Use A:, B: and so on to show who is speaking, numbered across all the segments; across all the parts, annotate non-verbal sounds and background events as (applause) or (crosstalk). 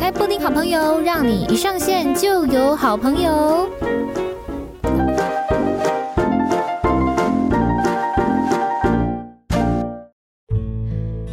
A: 开布丁好朋友，让你一上线就有好朋友。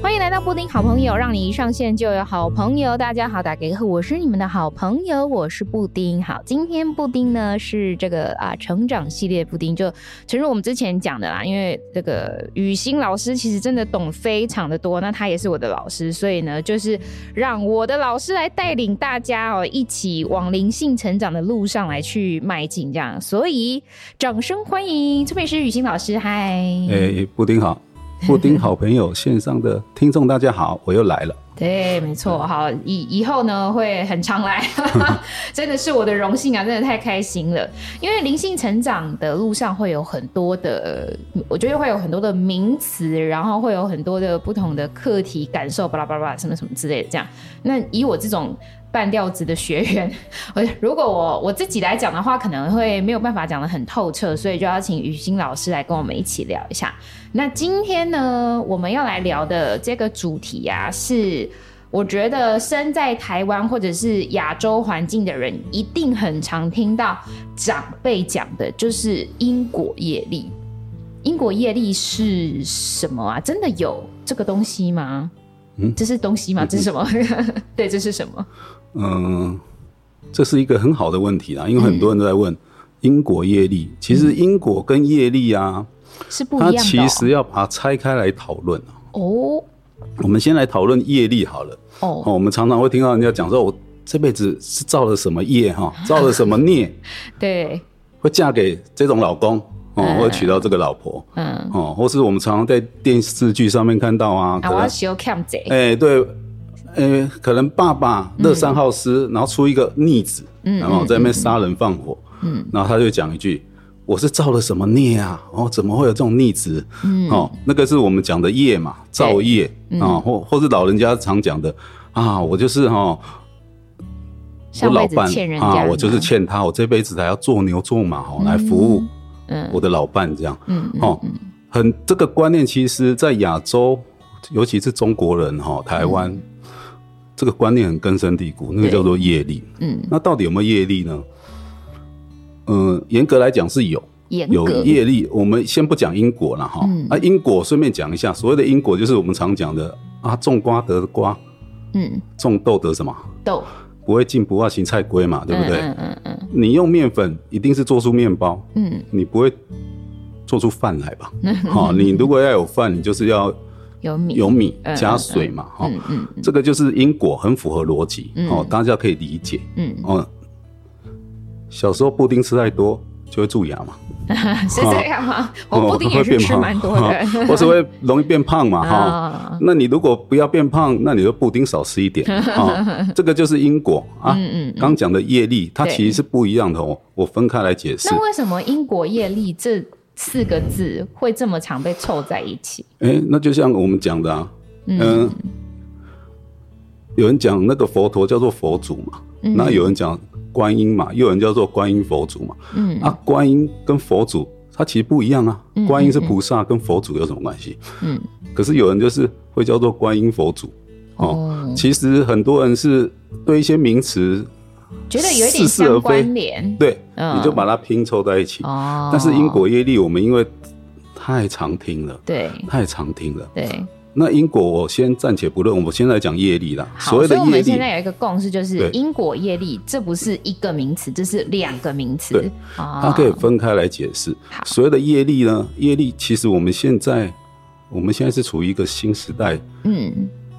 A: 欢迎来到布丁好朋友，让你一上线就有好朋友。大家好，打给我是你们的好朋友，我是布丁。好，今天布丁呢是这个啊成长系列布丁，就诚如我们之前讲的啦，因为这个雨欣老师其实真的懂非常的多，那他也是我的老师，所以呢，就是让我的老师来带领大家哦，一起往灵性成长的路上来去迈进，这样。所以掌声欢迎这边是雨欣老师，嗨，
B: 诶、布
A: (laughs)
B: 丁好，布丁好朋友线上的听众大家好，我又来了。
A: 对，没错，好，以以后呢会很常来， (laughs) 真的是我的荣幸啊，真的太开心了。因为灵性成长的路上会有很多的，我觉得会有很多的名词，然后会有很多的不同的课题感受，巴拉巴拉巴拉什么什么之类的。这样，那以我这种半吊子的学员， (laughs) 我如果我我自己来讲的话，可能会没有办法讲得很透彻，所以就要请雨欣老师来跟我们一起聊一下。那今天呢，我们要来聊的这个主题啊，是我觉得身在台湾或者是亚洲环境的人，一定很常听到长辈讲的，就是因果业力。因果业力是什么啊？真的有这个东西吗？
B: 嗯
A: 这是东西吗？这是什么？ (laughs) 对，这是什么？
B: 嗯，这是一个很好的问题啦，啊因为很多人都在
A: 嗯
B: 问因果业力，其实因果跟业力啊，
A: 是嗯不一
B: 它
A: 样的哦、
B: 其实要把它拆开来讨论啊。
A: 哦
B: 我们先来讨论业力好了。
A: 哦，
B: 哦，我们常常会听到人家讲说，我这辈子是造了什么业哈，造了什么孽，
A: 对，
B: 会嫁给这种老公哦，
A: 嗯
B: 或者娶到这个老婆
A: 嗯，
B: 哦，或是我们常常在电视剧上面看到啊，可
A: 啊，我
B: 能
A: 要修 cam 贼，
B: 哎、对，呃，可能爸爸乐善好施，然后出一个逆子，
A: 嗯
B: 然后在那边杀人放火，
A: 嗯，
B: 然后他就讲一句：“我是造了什么孽啊？哦，怎么会有这种逆子？
A: 嗯
B: 哦，那个是我们讲的业嘛，造业啊、哦或或是老人家常讲的啊，我就是哈、哦，我
A: 上辈
B: 老
A: 子
B: 伴
A: 欠人家
B: 啊，
A: 的
B: 我就是
A: 嘛，
B: 欠他，我这辈子还要做牛做马哦，来服务
A: 嗯
B: 我的老伴这样。
A: 嗯嗯
B: 哦，很这个观念，其实，在亚洲，尤其是中国人哈、台湾、这个观念很根深蒂固，那个
A: 嗯对
B: 叫做业力。
A: 嗯，
B: 那到底有没有业力呢？嗯、严格来讲是有，
A: 严
B: 有
A: 格嗯
B: 业力。我们先不讲因果了哈，啊，因果顺便讲一下，所谓的因果就是我们常讲的啊，种瓜得瓜，
A: 嗯，
B: 种豆得什么？
A: 豆，
B: 不会进不怕芹菜归嘛，对不对？
A: 嗯嗯嗯
B: 你用面粉一定是做出面包，
A: 嗯，
B: 你不会做出饭来
A: (laughs)
B: 吧？好、你如果要有饭，你就是要
A: 有米，
B: 有米
A: 嗯
B: 加水嘛，哈、
A: 嗯嗯
B: 这个就是因果，很符合逻辑，
A: 嗯
B: 哦，大家可以理解，
A: 嗯，
B: 哦。小时候布丁吃太多就会蛀牙嘛，
A: 是这样
B: (laughs)
A: 吗？我哦布丁也是吃蛮多的
B: 哦 (laughs) 会变胖或是会容易变胖嘛，哈、
A: (laughs) 啊，
B: 那你如果不要变胖，那你就布丁少吃一
A: (laughs)
B: 点啊、这个就是因果啊。
A: 嗯嗯。
B: 刚讲的业力，它
A: 对
B: 其实是不一样的哦。我分开来解释。
A: 那为什么因果业力这四个字会这么常被凑在一起？
B: 哎、那就像我们讲的啊，嗯、有人讲那个佛陀叫做佛祖嘛，
A: 嗯
B: 那有人讲观音嘛，又有人叫做观音佛祖嘛，
A: 嗯
B: 啊，观音跟佛祖它其实不一样啊，观音是菩萨，跟佛祖有什么关系？
A: 嗯，
B: 可是有人就是会叫做观音佛祖哦。
A: 哦，
B: 其实很多人是对一些名词，
A: 觉得有一点
B: 似是而
A: 相
B: 非
A: 关联
B: 对，
A: 嗯
B: 你就把它拼凑在一起。
A: 哦。
B: 但是因果业力，我们因为太常听了，
A: 对
B: 太常听了。
A: 对，
B: 那因果我先暂且不论，我们先来讲业力啦。
A: 好，
B: 所
A: 所
B: 谓
A: 以
B: 的
A: 我
B: 业
A: 们现
B: 力，
A: 在有一个共识，就是
B: 对
A: 因果业力这不是一个名词，这是两个名词
B: 对
A: 啊。
B: 它可以分开来解释。
A: 好
B: 所谓的业力呢，业力其实我们现在，我们现在是处于一个新时代
A: 嗯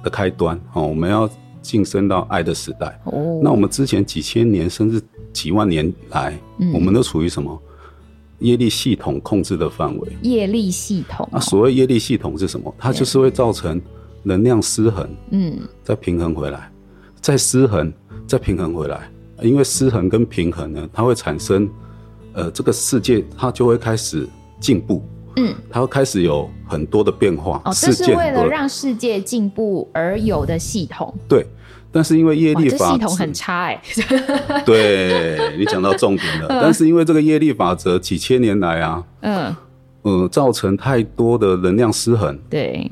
B: 的开端哦，我们要晋升到爱的时代。
A: 哦，
B: 那我们之前几千年甚至几万年来，
A: 嗯
B: 我们都处于什么业力系统控制的范围？
A: 业力系统
B: 那啊所谓业力系统是什么？它就是会造成能量失衡，
A: 嗯
B: 再平衡回来，再失衡，再平衡回来。因为失衡跟平衡呢，它会产生，呃，这个世界它就会开始进步，
A: 嗯，
B: 它会开始有很多的变化，
A: 哦，这
B: 世
A: 是
B: 界
A: 为
B: 很多
A: 了
B: 的
A: 让世界进步而有的系统。
B: 对。但是因为业
A: 哇，
B: 力
A: 这
B: 法
A: 系统
B: 则
A: 很差哎、
B: 对你讲到重
A: (laughs)
B: 点了。但是因为这个业力法则几千年来啊，
A: 嗯，
B: 呃，造成太多的能量失衡，
A: 对，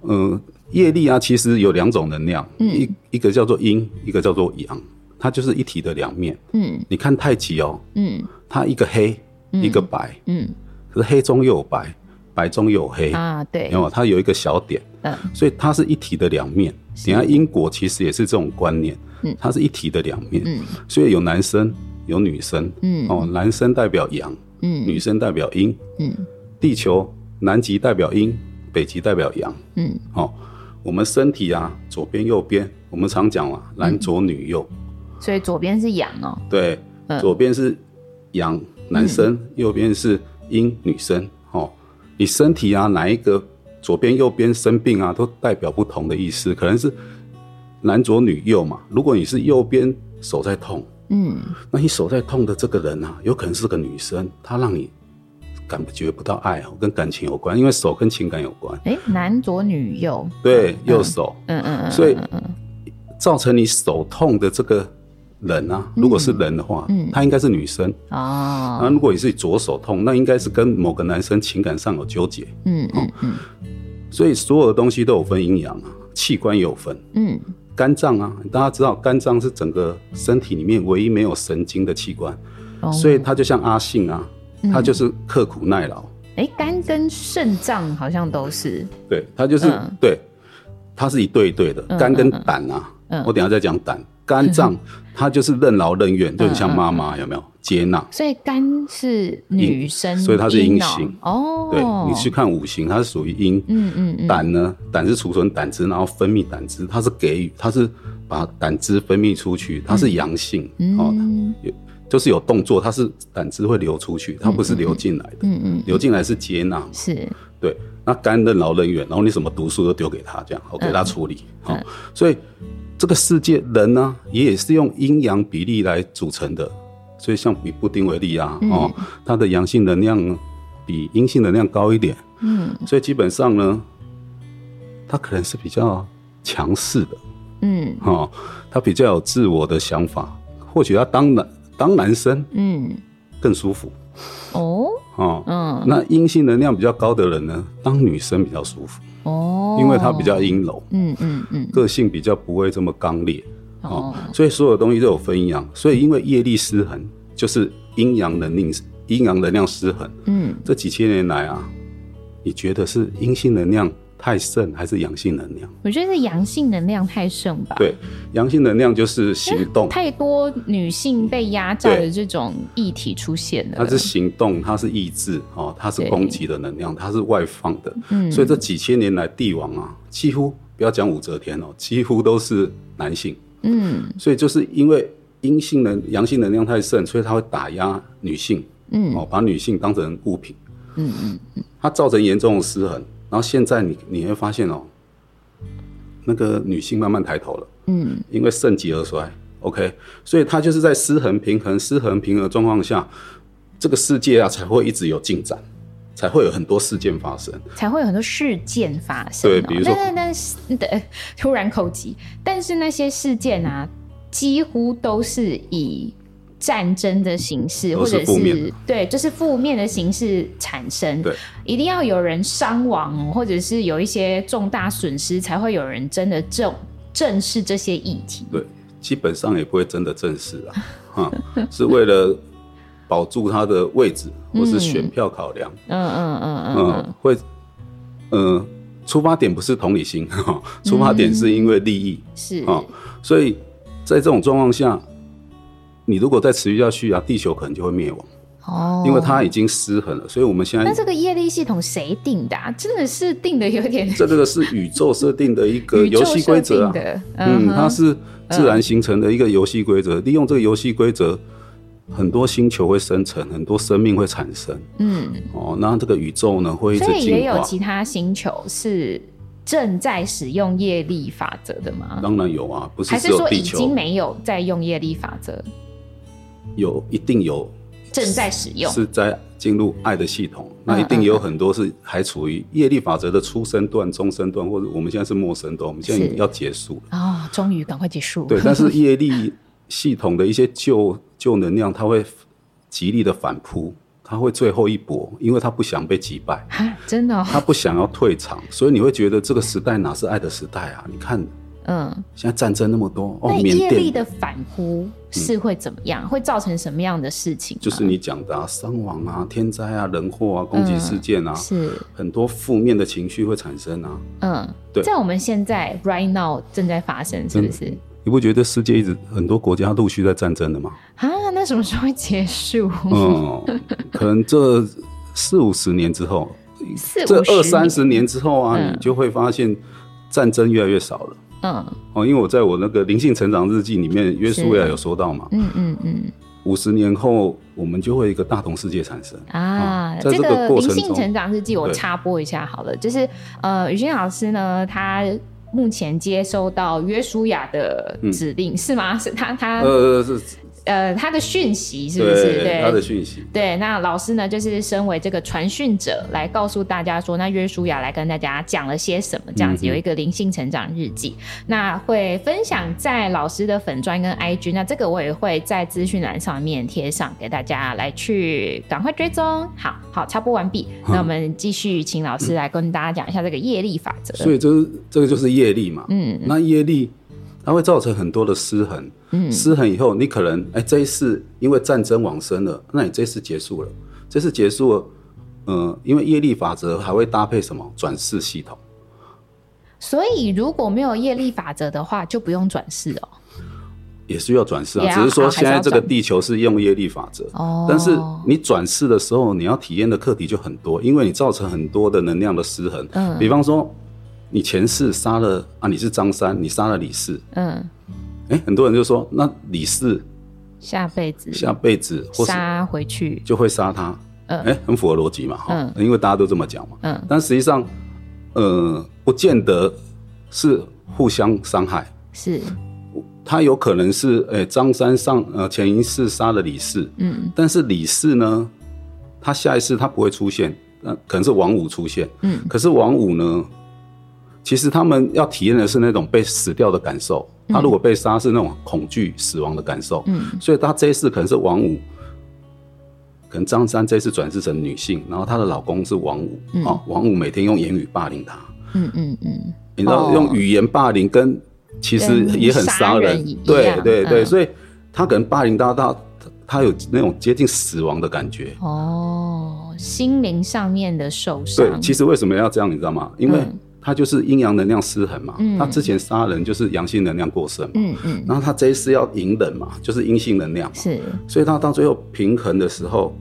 B: 呃，业力啊，其实有两种能量，
A: 嗯
B: 一一个叫做阴，一个叫做阳，它就是一体的两面。
A: 嗯
B: 你看太极哦，
A: 嗯
B: 它一个黑，一个白，
A: 嗯
B: 可是黑中又有白，白中又有黑，
A: 啊，对，
B: 然后它有一个小点，
A: 嗯
B: 所以它是一体的两面。你看因果其实也是这种观念，
A: 嗯
B: 它是一体的两面，
A: 嗯
B: 所以有男生有女生，
A: 嗯
B: 哦，男生代表阳，
A: 嗯
B: 女生代表阴，
A: 嗯
B: 地球南极代表阴，北极代表阳。
A: 嗯
B: 哦，我们身体啊，左边右边，我们常讲
A: 嗯
B: 啊，男左女右，
A: 所以左边是阳哦，
B: 对，
A: 嗯
B: 左边是阳男生，右边是阴女生。哦，你身体啊，哪一个左边右边生病啊，都代表不同的意思，可能是男左女右嘛。如果你是右边手在痛，
A: 嗯
B: 那你手在痛的这个人啊，有可能是个女生，她让你感觉不到爱哦，跟感情有关，因为手跟情感有关。
A: 哎，男左女右，
B: 对，右
A: 嗯
B: 手，
A: 嗯嗯嗯，
B: 所以
A: 嗯嗯
B: 造成你手痛的这个人啊，如果是人的话，
A: 嗯
B: 她应该是女生。
A: 嗯
B: 那、
A: 哦，
B: 如果你是左手痛，那应该是跟某个男生情感上有纠结。
A: 嗯嗯嗯
B: 所以所有的东西都有分阴阳啊，器官也有分。
A: 嗯
B: 肝脏啊，大家知道肝脏是整个身体里面唯一没有神经的器官，
A: 哦，嗯
B: 所以它就像阿信啊，他就是刻苦耐劳，
A: 哎，肝跟肾脏好像都是，
B: 对他就是、
A: 嗯
B: 对，它是一对一对的，
A: 嗯
B: 肝跟
A: 嗯嗯
B: 胆啊，
A: 嗯
B: 我等一下再讲胆。
A: (laughs)
B: 肝脏它就是任劳任怨，就很像妈
A: 嗯
B: 妈，有没有接纳？
A: 所以肝是女生，
B: 所以它是阴
A: 哦
B: 性
A: 哦，
B: 对你去看五行，它是属于阴。
A: 嗯嗯嗯，
B: 胆呢，胆是储存胆汁，然后分泌胆汁，它是给予，它是把胆汁分泌出去，它是阳性、哦，
A: 嗯
B: 就是有动作，它是胆汁会流出去，它不是流进来的，
A: 嗯嗯，
B: 流进来是接纳嘛，
A: 是，
B: 对。那肝任劳任怨，然后你什么毒素都丢给他，这样我给他处理。好、
A: 嗯
B: 所以这个世界人呢、也是用阴阳比例来组成的。所以像以布丁为例
A: 嗯
B: 啊，哦，它的阳性能量比阴性能量高一点，
A: 嗯
B: 所以基本上呢，他可能是比较强势的
A: 嗯
B: 哈、哦，他比较有自我的想法，或许他当男当男生
A: 嗯，
B: 更舒服
A: 哦，
B: 哦。
A: 嗯
B: 那阴性能量比较高的人呢，当女生比较舒服，
A: 哦，
B: 因为他比较阴柔，
A: 嗯嗯嗯，
B: 个性比较不会这么刚烈哦
A: 哦，
B: 所以所有东西都有分阴阳，所以因为业力失衡，就是阴阳能量阴阳能量失衡。
A: 嗯
B: 这几千年来啊，你觉得是阴性能量太盛还是阳性能量？
A: 我觉得是阳性能量太盛吧，，
B: 对，阳性能量就是行动，
A: 太多女性被压榨的
B: 对
A: 这种议题出现了，
B: 它是行动，它是意志，哦，它是
A: 对
B: 攻击的能量，它是外放的。
A: 嗯，
B: 所以这几千年来，帝王啊，几乎不要讲武则天哦，几乎都是男性。
A: 嗯
B: 所以就是因为阴性能、阳性能量太盛，所以它会打压女性，
A: 嗯
B: 哦，把女性当成物品，
A: 嗯嗯，
B: 它造成严重的失衡。然后现在你你会发现哦，那个女性慢慢抬头了。
A: 嗯
B: 因为盛极而衰。OK，所以它就是在失衡、平衡、失衡、平衡的状况下，这个世界啊才会一直有进展，才会有很多事件发生。
A: 才会有很多事件发生、哦。
B: 对比如说
A: 但但但对， (laughs) 突然口急，但是那些事件啊，几乎都是以战争的形式，或
B: 都是
A: 者
B: 负面
A: 是
B: 的
A: 对，就是负面的形式产生。
B: 对，
A: 一定要有人伤亡哦，或者是有一些重大损失，才会有人真的正正视这些议题。
B: 对，基本上也不会真的正视
A: (laughs)
B: 啊，哈、是为了保住它的位置或是选票考量，
A: 嗯嗯嗯嗯
B: 嗯，会，嗯、出发点不是同理心，哈，出发点是因为利益。
A: 是，
B: 哦，所以在这种状况下，你如果再持续下去啊，地球可能就会灭亡，
A: 哦
B: 因为它已经失衡了。所以我们现在
A: 那这个业力系统谁定的、啊？真的是定的有点
B: 这个是宇宙设定的一个
A: 宇宙
B: 游戏规则
A: 设定
B: 啊，
A: 的，
B: 嗯，
A: 哼
B: 它是自然形成的一个游戏规则。利用这个游戏规则，很多星球会生成，很多生命会产生。
A: 嗯，
B: 哦，那这个宇宙呢会一直
A: 所以也
B: 进
A: 有
B: 化。
A: 其他星球是正在使用业力法则的吗？
B: 当然有啊，不是
A: 还
B: 只
A: 是
B: 有
A: 说已
B: 地
A: 经
B: 球，
A: 没有在用业力法则，
B: 有一定有
A: 正在使用？
B: 是在进入爱的系统，
A: 嗯
B: 那一定有很多是还处于业力法则的初生段、中生段，或者我们现在是末生段，我们现在
A: 是
B: 要结束了。
A: 啊、终于赶快结束。 (laughs)
B: 对，但是业力系统的一些旧旧能量，它会极力的反扑，他会最后一搏，因为他不想被击败，
A: 啊，真的、哦，
B: 他不想要退场，所以你会觉得这个时代哪是爱的时代啊？你看
A: 嗯，
B: 现在战争那么多，哦
A: 那，
B: 缅
A: 业力
B: 甸嗯
A: 的反扑是会怎么样？会造成什么样的事情呢？
B: 就是你讲的啊，伤亡
A: 嗯
B: 啊、天灾啊、人祸啊、攻击事件啊，
A: 是，
B: 很多负面的情绪会产生啊。
A: 嗯，
B: 对
A: 在我们现在 right now 正在发生，是不是？
B: 你不觉得世界一直很多国家陆续在战争的吗？
A: (laughs) 啊，那什么时候会结束？
B: 嗯，可能这四五十年之后，
A: 四五
B: 这二
A: 十
B: 三
A: 年
B: 十年之后啊，
A: 嗯
B: 你就会发现战争越来越少了。
A: 嗯
B: 哦，因为我在我那个灵性成长日记里面，约书亚
A: 是
B: 有说到嘛，
A: 嗯嗯嗯
B: 五十年后我们就会有一个大同世界产生。
A: 啊，
B: 嗯在
A: 这
B: 这个
A: 个
B: 过
A: 灵
B: 程
A: 性
B: 中
A: 成长日记我
B: 对
A: 插播一下好了，就是呃，宇轩老师呢，他目前接收到约书亚的指令、是吗？是他他呃
B: 嗯呃，是，
A: 他的讯息是不是？
B: 对
A: 对，
B: 他的讯息，
A: 对，那老师呢，就是身为这个传讯者，来告诉大家说，那约书亚来跟大家讲了些什么，这样子
B: 嗯哼
A: 有一个灵性成长日记，那会分享在老师的粉砖跟 IG，那这个我也会在资讯栏上面贴上，给大家来去赶快追踪。好好，插播完毕，
B: 嗯
A: 那我们继续请老师来跟大家讲一下这个业力法则。
B: 所以就是这个就是业力嘛。
A: 嗯
B: 那业力它会造成很多的失衡，
A: 嗯
B: 失衡以后，你可能哎这一次因为战争往生了，那你这次结束了，这次结束了，呃，因为业力法则还会搭配什么转世系统。
A: 所以如果没有业力法则的话，就不用转世哦。
B: 也需要转世啊
A: 也，要
B: 只是
A: 好还
B: 说现
A: 是
B: 在
A: 要
B: 这个
A: 转
B: 地球是用业力法则，
A: 哦
B: 但是你转世的时候，你要体验的课题就很多，因为你造成很多的能量的失衡。
A: 嗯
B: 比方说，你前世杀了啊，你是张三，你杀了李四，
A: 嗯，
B: 哎、很多人就说，那李四
A: 下辈子
B: 下辈子或是
A: 杀回去，
B: 就会杀他，
A: 嗯
B: 哎、很符合逻辑嘛，哈、因为大家都这么讲嘛。
A: 嗯
B: 但实际上，呃，不见得是互相伤害，
A: 是
B: 他有可能是，哎、张三上呃前一世杀了李四，
A: 嗯。
B: 但是李四呢，他下一次他不会出现，那可能是王五出现。
A: 嗯，
B: 可是王五呢，其实他们要体验的是那种被死掉的感受。他如果被杀，是那种恐惧死亡的感受。
A: 嗯，
B: 所以他这一次可能是王五，可能张三这一次转世成女性，然后她的老公是王五。
A: 嗯
B: 哦，王五每天用言语霸凌她，
A: 嗯嗯嗯，
B: 你知道，
A: 哦
B: 用语言霸凌跟其实也很伤
A: 跟杀人一样
B: 对对对，
A: 嗯
B: 所以他可能霸凌到到他他有那种接近死亡的感觉。
A: 哦，心灵上面的受
B: 对，
A: 伤，
B: 其实为什么要这样，你知道吗？因为
A: 嗯
B: 他就是阴阳能量失衡嘛，
A: 嗯
B: 他之前杀人就是阳性能量过剩嘛，
A: 嗯嗯，
B: 然后他这一次要隐忍嘛，就是阴性能量嘛，
A: 是
B: 所以他到最后平衡的时候，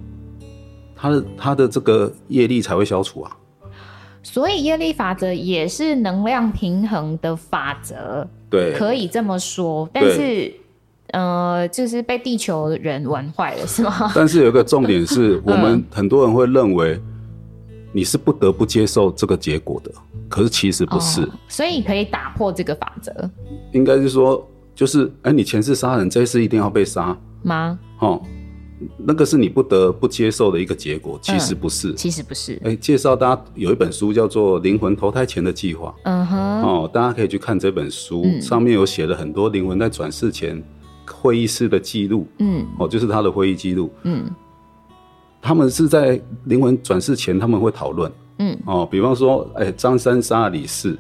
B: 他的他的这个业力才会消除啊。
A: 所以业力法则也是能量平衡的法则，
B: 对，
A: 可以这么说。但是，呃，就是被地球人玩坏了，是 (laughs) 吗？
B: 但是有一个重
A: (laughs)
B: 点是，我们
A: 嗯
B: 很多人会认为你是不得不接受这个结果的，可是其实不是，
A: 哦所以可以打破这个法则
B: 应该是说，就是哎、你前世杀人，这一次一定要被杀，
A: 吗？
B: 哦，那个是你不得不接受的一个结
A: 嗯
B: 果，其实不是。
A: 其实不是，
B: 哎、介绍大家有一本书叫做《灵魂投胎前的计划》
A: 嗯哼，
B: 哦，大家可以去看这本书，上面有写了很多灵魂在转世前会议室的记录，
A: 嗯
B: 哦，就是他的会议记录，
A: 嗯
B: 他们是在灵魂转世前他们会讨论，
A: 嗯
B: 哦，比方说，哎、张三杀了李四，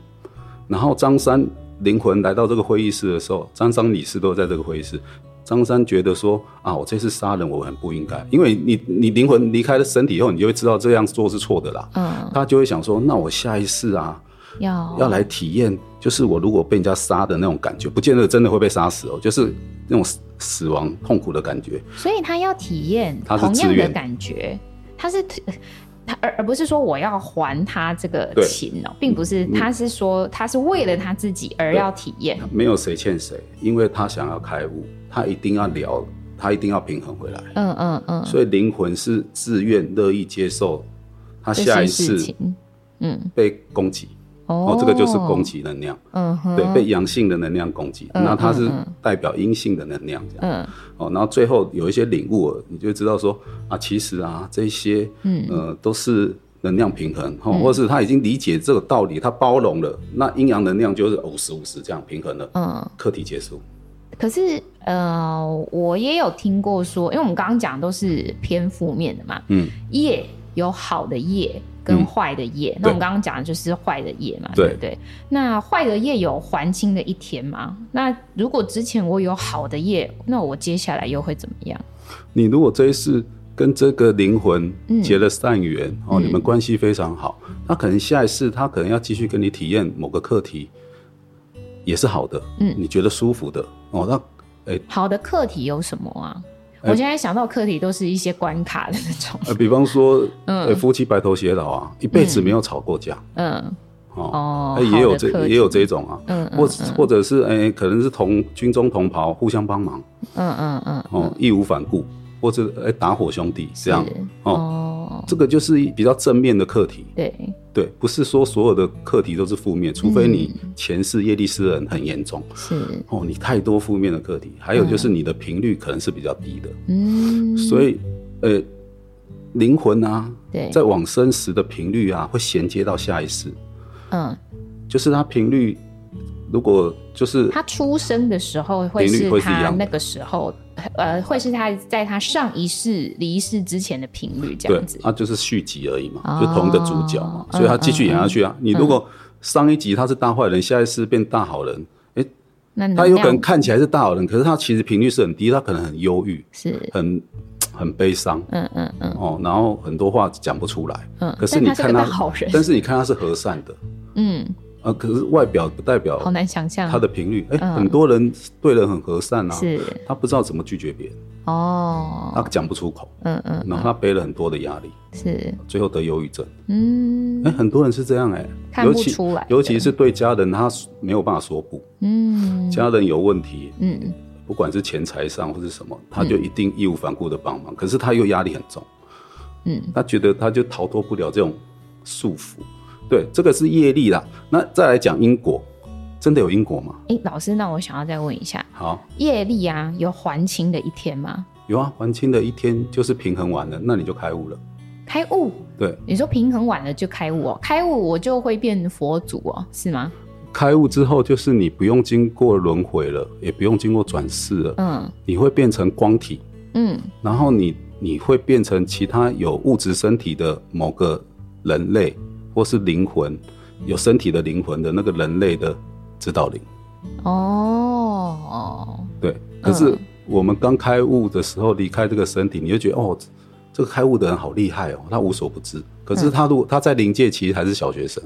B: 然后张三灵魂来到这个会议室的时候，张三、李四都在这个会议室。张三觉得说啊，我这次杀人我很不应该，因为你你灵魂离开了身体以后，你就会知道这样做是错的啦。
A: 嗯，哦
B: 他就会想说，那我下一次啊，
A: 要
B: 要来体验，就是我如果被人家杀的那种感觉，不见得真的会被杀死哦，就是那种死死亡痛苦的感觉。
A: 所以他要体验
B: 他是
A: 同样
B: 自
A: 的
B: 愿
A: 感觉，他是他而而不是说我要还他这个
B: 对嗯
A: 情哦、并不是，他是说他是为了他自己而要体验，
B: 没有谁欠谁，因为他想要开悟，他一定要聊，他一定要平衡回来。
A: 嗯嗯嗯，
B: 所以灵魂是自愿乐意接受他
A: 这
B: 下
A: 些
B: 一
A: 事
B: 次
A: 情，嗯，
B: 被攻击，
A: 哦
B: 哦，这个就是攻，击能量，
A: 嗯哼，
B: 对，被阳性的能量攻击，
A: 嗯
B: 那它是
A: 嗯
B: 代表阴性的能量这样，
A: 嗯
B: 哦，然后最后有一些领悟了，你就知道说啊，其实啊这些，
A: 嗯
B: 呃，都是。能量平衡，哦，或是他已经理解这个道理，他包容了，那阴阳能量就是五十五十这样平衡了，
A: 嗯，
B: 课题结束。
A: 可是呃，我也有听过说，因为我们刚刚讲都是偏负面的嘛，
B: 嗯，
A: 业有好的业跟坏的业，那我们刚刚讲的就是坏的业嘛，
B: 对
A: 对不对？那坏的业有还清的一天吗？那如果之前我有好的业，那我接下来又会怎么样？
B: 你如果这一世跟这个灵魂
A: 嗯
B: 结了善缘、哦，
A: 嗯
B: 你们关系非常好，那可能下一世他可能要继续跟你体验某个课题，也是好的，
A: 嗯
B: 你觉得舒服的哦，那
A: 好的课题有什么啊？
B: 哎
A: 我现在想到课题都是一些关卡的那种，
B: 呃，比方说，
A: 嗯
B: 呃，夫妻白头偕老啊，一辈子没有吵过架，
A: 嗯，
B: 哦，
A: 哦，
B: 哎也有
A: 好的课
B: 这
A: 题
B: 也有这，种啊，
A: 嗯
B: 或或者是哎，可能是同军中同袍互相帮忙，
A: 嗯嗯嗯，
B: 哦，义无反顾，或者哎打火兄弟这样
A: 是，
B: 哦，
A: 哦，
B: 这个就是比较正面的课题，
A: 对，
B: 对，不是说所有的课题都是负面，除
A: 嗯
B: 非你前世业力失人很严重。
A: 是，
B: 哦，你太多负面的课题，还有就是你的频率可能是比较低的，
A: 嗯，
B: 所以，呃，灵魂啊，
A: 对，
B: 在往生时的频率啊，会衔接到下一世，
A: 嗯，
B: 就是它频率如果就是
A: 他出生的时候会
B: 频率
A: 是
B: 会是一
A: 他
B: 样的
A: 那个时候，呃，会是他在他上一世离世之前的频率这
B: 对
A: 样子，。
B: 它就是续集而已嘛，
A: 哦嗯
B: 就同一个主角嘛，所以它继续演下去啊。你如果上一集他是大坏人，下一世变大好人，
A: 嗯那能
B: 他有可能
A: 量
B: 看起来是大好人，可是他其实频率是很低，他可能很忧郁，
A: 是，
B: 很很悲伤。
A: 嗯嗯嗯
B: 哦，然后很多话讲不出来，
A: 嗯。
B: 可是
A: 但
B: 你
A: 他是
B: 看
A: 个
B: 他
A: 大，好人，
B: 但是你看他是和善的，
A: 嗯，
B: 呃，可是外表不代表
A: 好难想象
B: 他的频率。哎、
A: 嗯
B: 很多人对人很和善啊，
A: 是
B: 他不知道怎么拒绝别人，他
A: 哦，
B: 讲不出口，
A: 嗯嗯，
B: 然后他背了很多的压力，
A: 是，
B: 最后得忧郁症。
A: 嗯
B: 哎、，很多人是这样哎、
A: 看
B: 尤
A: 不
B: 其
A: 出来
B: 尤其是对家人，他没有办法说不，
A: 嗯
B: 家人有问题，
A: 嗯，
B: 不管是钱财上或是什么，他就一定义无反顾的帮忙。可是他又压力很重，
A: 嗯，
B: 他觉得他就逃脱不了这种束缚。对，这个是业力啦。那再来讲因果，真的有因果吗？
A: 哎，老师，那我想要再问一下，
B: 好，
A: 业力啊，有还清的一天吗？
B: 有啊，还清的一天就是平衡完了，那你就开悟了。
A: 开悟，
B: 对，
A: 你说平衡完了就开悟哦，开悟我就会变佛祖哦，是吗？
B: 开悟之后就是你不用经过轮回了，也不用经过转世了，
A: 嗯
B: 你会变成光体，
A: 嗯
B: 然后你你会变成其他有物质身体的某个人类，或是灵魂有身体的灵魂的那个人类的指导灵。
A: 哦，
B: 对，可是
A: 嗯
B: 我们刚开悟的时候离开这个身体，你就觉得哦，这个开悟的人好厉害哦，他无所不知。可
A: 嗯
B: 是他如果他在灵界其实还是小学生，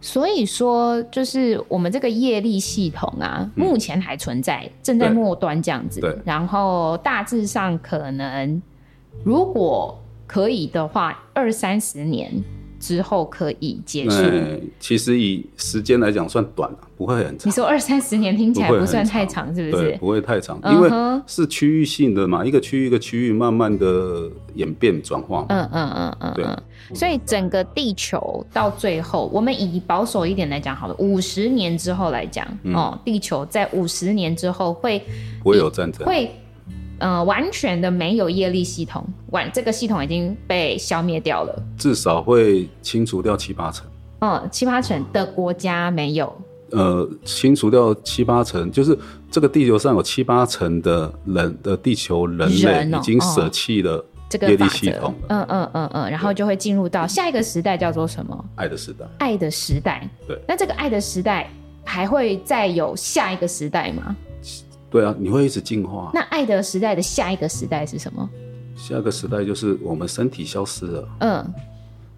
A: 所以说就是我们这个业力系统啊，目前还存在，正在
B: 对
A: 末端这样子。
B: 嗯对
A: 然后大致上可能，如果可以的话，二三十年之后可以结束。
B: 嗯，其实以时间来讲算短了，啊不会很
A: 你
B: 长。
A: 说二三十年听起来
B: 不会
A: 不算
B: 很
A: 太
B: 长
A: 长，是不
B: 对，
A: 是？
B: 不会太长，
A: 嗯
B: 因为
A: 哼
B: 是区域性的嘛，一个区域一个区域慢慢的演变转化嘛。
A: 嗯嗯嗯嗯
B: 对
A: 嗯。所以整个地球到最后，我们以保守一点来讲好了，五十年之后来讲，
B: 嗯
A: 哦，地球在五十年之后会
B: 不会有战争，
A: 会。呃，完全的没有业力系统，完这个系统已经被消灭掉了。
B: 至少会清除掉七八成。
A: 嗯，七八成的国家没有。
B: 呃，清除掉七八成，就是这个地球上有七八成的人的地球人类
A: 人哦哦
B: 已经舍弃了
A: 这个
B: 业力
A: 法
B: 系
A: 则
B: 统了，，
A: 嗯嗯嗯嗯，然后就会进入到下一个时代，叫做什么？
B: 爱的时代。
A: 爱的时代。
B: 对
A: 那这个爱的时代还会再有下一个时代吗？
B: 对啊，你会一直进化。
A: 那爱的时代的下一个时代是什么？
B: 下个时代就是我们身体消失了，
A: 嗯，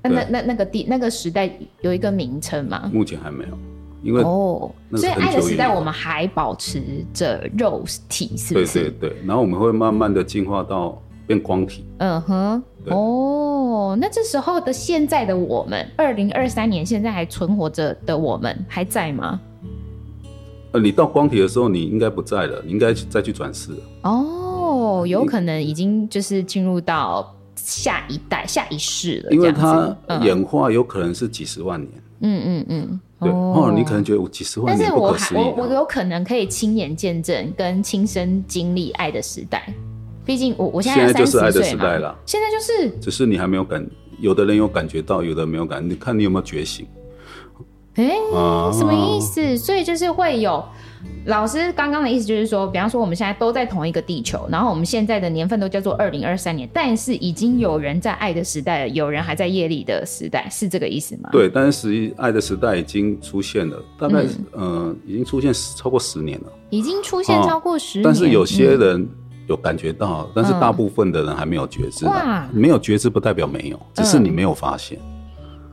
A: 那那
B: 对
A: 那那个地那个时代有一个名称吗？
B: 目前还没有，因为、
A: 哦，
B: 那
A: 所以
B: 是很
A: 爱的
B: 久
A: 时
B: 以
A: 代
B: 后
A: 我们还保持着肉体，是不
B: 对
A: 是？
B: 对对，然后我们会慢慢的进化到变光体。
A: 嗯哼，
B: 对
A: 哦，那这时候的现在的我们，二零二三年现在还存活着的我们还在吗？
B: 呃，你到光体的时候，你应该不在了，你应该再去转世了。
A: 哦，
B: 嗯
A: 有可能已经就是进入到下一代、下一世了，
B: 因为
A: 这样
B: 它
A: 子嗯
B: 演化有可能是几十万年，
A: 嗯嗯嗯，
B: 对哦，你可能觉得我几十万
A: 但
B: 年
A: 是
B: 不
A: 我
B: 可
A: 还
B: 思议
A: 我我
B: 哦，
A: 有可能可以亲眼见证跟亲身经历爱的时代，毕竟我我现在
B: 现在
A: 三
B: 就是爱
A: 十
B: 的
A: 岁
B: 时代
A: 嘛
B: 了，
A: 现在就是
B: 只是你还没有感，有的人有感觉到，有的没有感，你看你有没有觉醒
A: 哎、
B: 啊？哦
A: 什么意？思？所以就是会有老师刚刚的意思就是说，比方说我们现在都在同一个地球，然后我们现在的年份都叫做二零二三年，但是已经有人在爱的时代了，有人还在夜里的时代，是这个意思吗？
B: 对，但是实际爱的时代已经出现了，大
A: 嗯
B: 概、呃已经出现十超过十年了。
A: 已经出现超过十年，
B: 哦
A: 嗯
B: 但是有些人有感觉到，但是大部分的人还没有觉知、
A: 哇嗯
B: 啊。没有觉知不代表没有，只是你没有发现。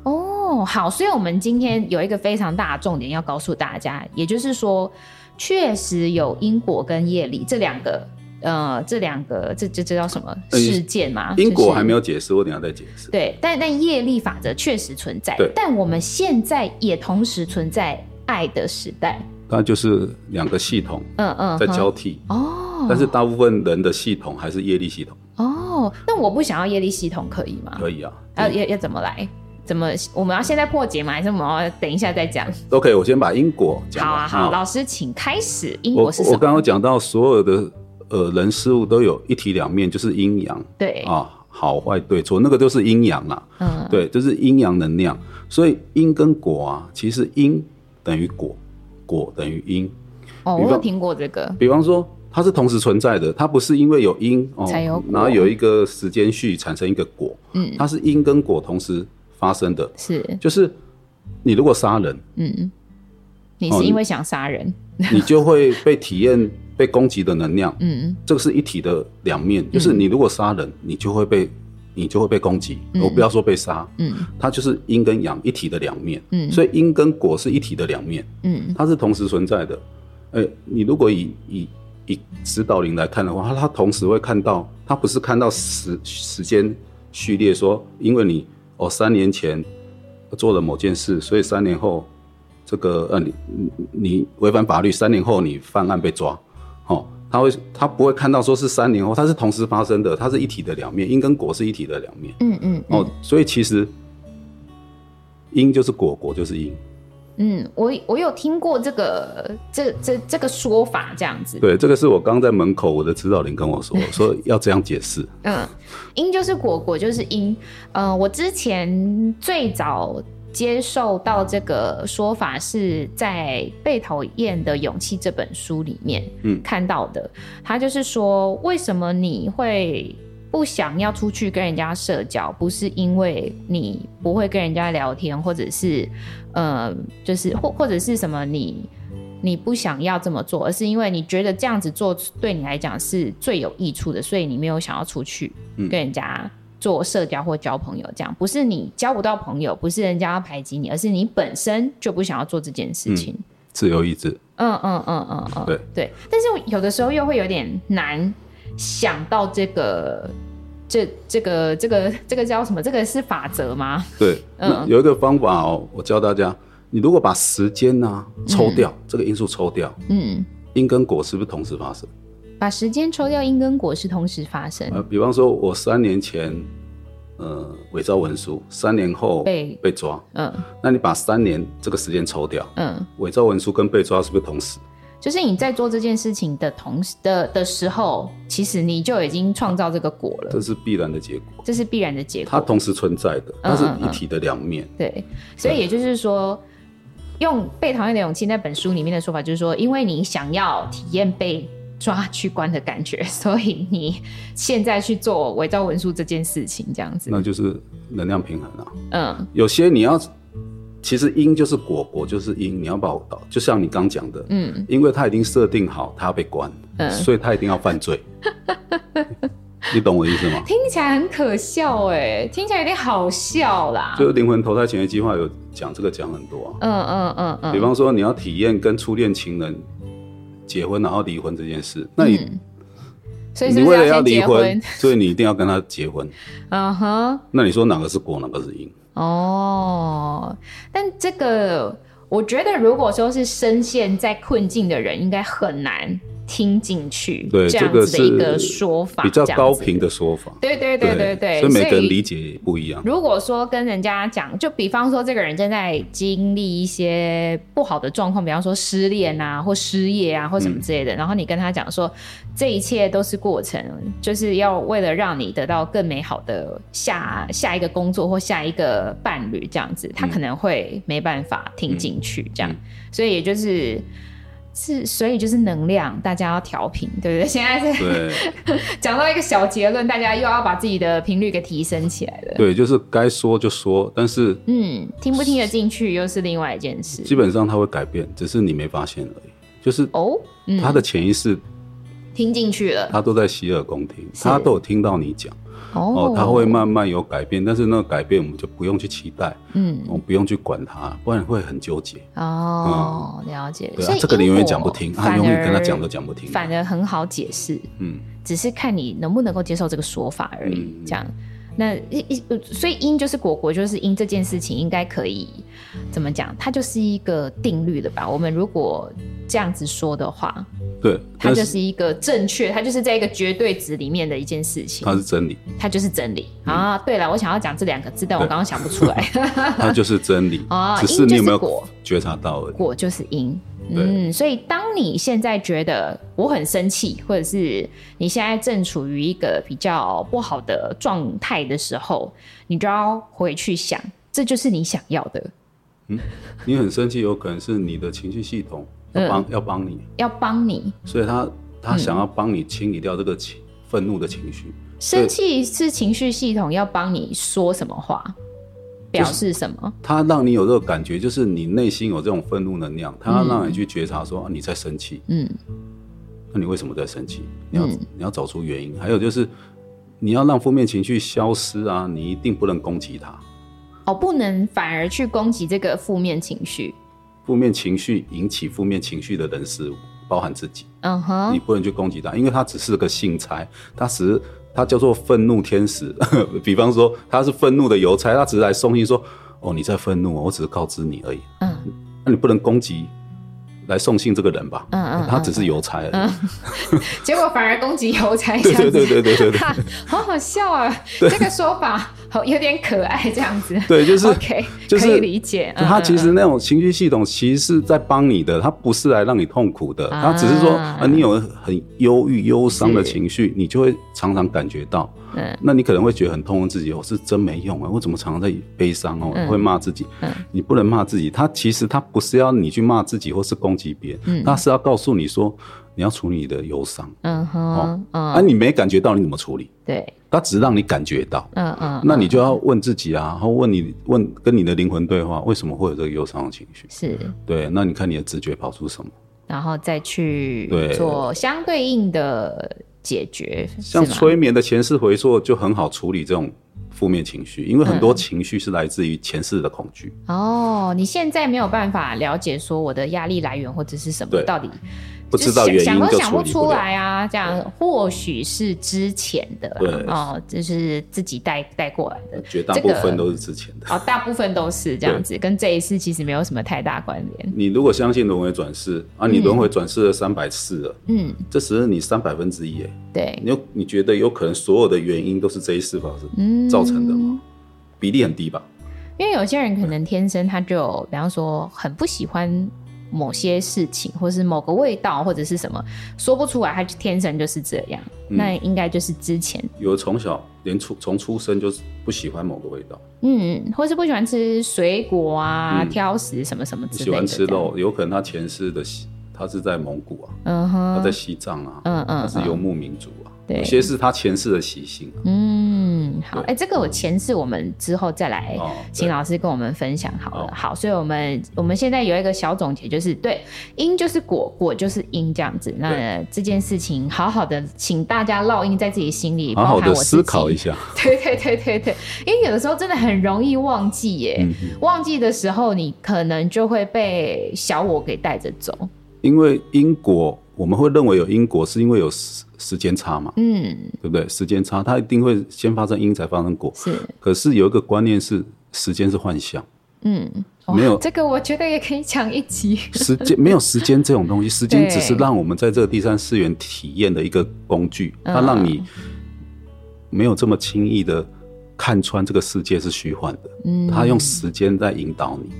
A: 哦，好，所以我们今天有一个非常大的重点要告诉大家，也就是说，确实有因果跟业力这两个，呃，这两个这这这叫什么
B: 呃
A: 事件嘛？
B: 因
A: 就
B: 果
A: 是
B: 还没有解释，我等一下再解释。
A: 对，但但业力法则确实存在
B: 对，
A: 但我们现在也同时存在爱的时代，
B: 它就是两个系统
A: 嗯嗯，
B: 在
A: 哼
B: 交替，
A: 哦，
B: 但是大部分人的系统还是业力系统，
A: 哦，那我不想要业力系统可以吗？
B: 可以啊。
A: 要要要怎么来？怎么？我们要现在破解吗？还是我们要等一下再讲？
B: OK，我先把因果讲
A: 好
B: 完。
A: 啊，好，老师请开始。因
B: 我
A: 果是什
B: 我
A: 么？
B: 刚刚讲到所有的呃人事物都有一体两面，就是阴阳
A: 对，
B: 啊，好坏对错，那个就是阴阳啦。
A: 嗯，
B: 对，就是阴阳能量。所以因跟果啊，其实因等于果，果等于因。
A: 哦，我
B: 比
A: 有
B: 方
A: 听过这个，
B: 比方说，它是同时存在的，它不是因为有因哦
A: 才有果
B: 然后有一个时间序产生一个果，
A: 嗯，
B: 它是因跟果同时发生的。
A: 是，
B: 就是你如果杀人，
A: 嗯，你
B: 哦
A: 是
B: 你
A: 因为想杀人， (laughs)
B: 你就会被体验被攻击的能量，
A: 嗯，
B: 这个是一体的两面。就是你如果杀人，你就会被你就会被攻击。我不要说被杀，
A: 嗯
B: 它就是阴跟阳一体的两面。
A: 嗯
B: 所以因跟果是一体的两面。
A: 嗯，
B: 它是同时存在的。呃，你如果以以以指导灵来看的话，它它同时会看到，它不是看到时时间序列说，因为你哦三年前做了某件事，所以三年后这个呃你你你违反法律，三年后你犯案被抓，哦。他会，他不会看到说是三年后，它是同时发生的，它是一体的两面，因跟果是一体的两面。
A: 嗯嗯
B: 哦，所以其实因就是果，果就是因。
A: 嗯，我我有听过这个这这这个说法这样子，
B: 对，这个是我刚在门口，我的指导灵跟我说，
A: (laughs)
B: 说要这样解释。
A: 嗯，因就是果，果就是因。呃，我之前最早接受到这个说法是在《被讨厌的勇气》这本书里面，
B: 嗯
A: 看到的。他就是说，为什么你会不想要出去跟人家社交，不是因为你不会跟人家聊天，或者是呃，就是或或者是什么你。你不想要这么做，而是因为你觉得这样子做对你来讲是最有益处的，所以你没有想要出去
B: 嗯
A: 跟人家做社交或交朋友。这样不是你交不到朋友，不是人家要排挤你，而是你本身就不想要做这件事情。
B: 自由意志，
A: 嗯嗯嗯嗯嗯，
B: 对
A: 对。但是有的时候又会有点难想到这个。这这个这个这个叫什么？这个是法则吗？
B: 对，
A: 嗯
B: 那有一个方法哦，我教大家，你如果把时间呢、抽掉、这个因素抽掉，
A: 嗯，
B: 因跟果是不是同时发生？
A: 把时间抽掉，因跟果是同时发生。
B: 呃，比方说，我三年前，呃，伪造文书，三年后
A: 被
B: 被抓，
A: 嗯
B: 那你把三年这个时间抽掉，
A: 嗯，
B: 伪造文书跟被抓是不是同时？
A: 就是你在做这件事情的同时的的时候，其实你就已经创造这个果了，
B: 这是必然的结果，
A: 这是必然的结
B: 它
A: 果。
B: 同时存在的，它是
A: 嗯
B: 一体的两面。
A: 对，所以也就是说，用《被讨厌的勇气》那本书里面的说法，就是说，因为你想要体验被抓去关的感觉， (laughs) 所以你现在去做伪造文书这件事情，这样子。
B: 那就是能量平衡啊。
A: 嗯
B: 有些你要，其实因就是果，果就是因，你要把我导，就像你刚讲的，
A: 嗯，
B: 因为他已经设定好他要被关，
A: 嗯
B: 所以他一定要犯罪，
A: (laughs)
B: 你懂我的意思吗？
A: 听起来很可笑哎、听起来有点好笑啦。
B: 就是灵魂投胎前的计划有讲这个讲很多啊，
A: 嗯嗯嗯嗯，
B: 比方说你要体验跟初恋情人结婚然后离婚这件事，那你、
A: 嗯所以是
B: 你
A: 不
B: 为
A: 是
B: 了
A: 要
B: 要
A: 先
B: 离
A: 结
B: 婚
A: 婚？，
B: 所以你一定要跟他结婚，
A: 嗯哼。
B: 那你说哪个是果，哪个是因？
A: 哦，但这个我觉得，如果说是深陷在困境的人，应该很难听进去
B: 对，
A: 这
B: 这
A: 样
B: 个
A: 子的
B: 是
A: 一个说法，
B: 比较
A: 这样
B: 高
A: 子
B: 频。的说法。
A: 对对对对对，
B: 所以每个人理解也不一样。
A: 如果说跟人家讲，就比方说这个人正在经历一些不好的状况，比方说失恋啊，或失业啊，或什么之类的，然后你跟他讲说，这一切都是过程，就是要为了让你得到更美好的下下一个工作或下一个伴侣这样子，他可能会没办法听进去这样，
B: 嗯
A: 所以也就是。是，所以就是能量，大家要调频，对不对？现在是
B: 对
A: 讲到一个小结论，大家又要把自己的频率给提升起来了。
B: 对，就是该说就说，但是
A: 嗯，听不听得进去又是另外一件事。
B: 基本上它会改变，只是你没发现而已。就是
A: 哦，嗯，
B: 他的潜意识，
A: 听进去了。
B: 他都在洗耳恭听，
A: 是
B: 他都有听到你讲哦，他会，慢慢有改变，但是那个改变我们就不用去期待，
A: 嗯，
B: 我们不用去管它，不然会很纠结。
A: 哦，了解。
B: 对啊
A: 所以，
B: 这个你永
A: 因
B: 远
A: 果
B: 讲不听，他
A: 反
B: 永远跟他
A: 而
B: 讲都讲不听。啊
A: 反而很好解释，
B: 嗯，
A: 只是看你能不能够接受这个说法而已。
B: 嗯
A: 这样，那一一呃所以因就是果果就是因这件事情应该可以怎么讲？它就是一个定律了吧？我们如果这样子说的话，
B: 对，
A: 它
B: 但
A: 就是是一个正确，它就是在一个绝对值里面的一件事情
B: 它，
A: (laughs)
B: 是真理，
A: 它就是真理、啊。对了，我想要讲这两个字，但我
B: 嗯对
A: 刚刚想不出
B: (laughs)
A: 来。
B: 它就是真理
A: 啊哦，
B: 只是
A: 因就
B: 你有
A: 是
B: 没有
A: 果
B: 觉察到而已。
A: 果就是因。
B: 对
A: 嗯，所以当你现在觉得我很生气，或者是你现在正处于一个比较不好的状态的时候，你就要回去想，这就是你想要的，
B: 你很生气，有可能是你的情绪系统要
A: 嗯
B: 帮、要帮你，
A: 要帮你。
B: 所以他他想要帮你清理掉这个情愤怒的情绪，
A: 生气是情绪系统要帮你说什么话，表示什么？
B: 他让你有这个感觉，就是你内心有这种愤怒能量，他让你去觉察说、啊你在生气，
A: 嗯
B: 那你为什么在生气？你要、
A: 嗯
B: 你要找出原因，还有就是你要让负面情绪消失啊，你一定不能攻击他，
A: 哦，不能反而去攻击这个负面情绪。
B: 负面情绪引起负面情绪的人事物，包含自己。
A: 嗯哼，
B: 你不能去攻击他，因为他只是个性差，他只是他叫做愤怒天使。 (laughs) 比方说他是愤怒的邮差，他只是来送信说：“哦，你在愤怒哦，我只是告知你而已。
A: 嗯，”
B: 那你不能攻击来送信这个人吧？哎
A: 嗯嗯嗯
B: 他只是邮差而已。
A: 结果反而攻击邮差，这
B: (laughs) 对
A: 样子
B: 对对对对对对
A: 哈， (laughs) 好好笑啊！这个说法好有点可爱，这样子。
B: (laughs) 对，就是
A: OK，
B: 就是
A: 可以理解。嗯
B: 他
A: 嗯
B: 其
A: 嗯
B: 实那种情绪系统其实是在帮你的，他不是来让你痛苦的，
A: 啊嗯
B: 他只是说啊，你有很忧郁、忧伤的
A: 是
B: 情绪，你就会常常感觉到。
A: 嗯
B: 那你可能会觉得很痛恨自己，我是真没用啊，我怎么常常在悲伤哦，
A: 嗯
B: 会骂自己。
A: 嗯
B: 你不能骂自己，他其实他不是要你去骂自己或是攻击别
A: 嗯
B: 人，他是要告诉你说你要处理你的忧伤，
A: 嗯哼
B: 啊，
A: 嗯，
B: 你没感觉到你怎么处理？
A: 对，
B: 他只让你感觉到，
A: 嗯嗯，
B: 那你
A: 嗯
B: 就要问自己啊，然后问你问跟你的灵魂对话，为什么会有这个忧伤的情绪？
A: 是，
B: 对，那你看你的直觉跑出什么？
A: 然后再去
B: 对
A: 做相对应的解决，
B: 像
A: 是吗
B: 催眠的前世回溯就很好处理这种负面情绪，
A: 嗯
B: 因为很多情绪是来自于前世的恐惧。
A: 哦，你现在没有办法了解说我的压力来源或者是什么，
B: 对
A: 到底
B: 不知道
A: 就是
B: 原
A: 想
B: 因
A: 想
B: 就
A: 都想
B: 处
A: 不
B: 理
A: 出
B: 不了
A: 来啊。这样或许是之前的啦
B: 对
A: 哦，就是自己带带过来的。
B: 绝大
A: 这
B: 部
A: 个
B: 分都是之前的。
A: (laughs) 哦，大部分都是这样
B: 对
A: 子，跟这一次其实没有什么太大关联。
B: 你如果相信轮回转世啊，你轮回转世了三百次了，
A: 嗯，
B: 这只是你三百分之一哎，
A: 对，
B: 你有你觉得有可能所有的原因都是这一世发生
A: 嗯，
B: 造成的吗？比例很低吧？
A: 因为有些人可能天生他就有，比方说很不喜欢某些事情，或是某个味道，或者是什么，说不出来，他就天生就是这样。
B: 嗯
A: 那应该就是之前，
B: 有的从小连出从出生就是不喜欢某个味道，
A: 嗯，或是不喜欢吃水果啊、
B: 嗯
A: 挑食什么什么之类的。
B: 喜欢吃，肉，有可能他前世的西他是在蒙古啊，
A: 嗯
B: 他在
A: 哼，
B: 西藏啊，
A: 嗯
B: 他
A: 嗯
B: 是游
A: 嗯，
B: 牧民族啊，
A: 对
B: 有些是他前世的习性啊
A: 嗯，好，
B: 对
A: 哎、这个我前世我们之后再来。
B: 哦，对哦
A: 请老师跟我们分享好了。
B: 好
A: 好，所以我们我们现在有一个小总结，就是对因就是果，果就是因这样子。那这件事情好好的，请大家烙印在自己心里，
B: 好好
A: 包含
B: 的
A: 我自己
B: 思考一。下，
A: (laughs) 对对对对对，因为有的时候真的很容易忘记耶。
B: 嗯哼。
A: 忘记的时候，你可能就会被小我给带着走。
B: 因为因果，我们会认为有因果，是因为有时时间差嘛，
A: 嗯，
B: 对不对？时间差，它一定会先发生因，才发生果。
A: 是，
B: 可是有一个观念是，时间是
A: (laughs)
B: 幻象，
A: 嗯，哇
B: 没有
A: 这个，我觉得也可以讲一集。
B: 时间没有时间这种东西，时间
A: 对
B: 只是让我们在这个第三次元体验的一个工具，
A: 嗯
B: 它让你没有这么轻易的看穿这个世界是虚幻的，
A: 嗯，
B: 它用时间在引导你。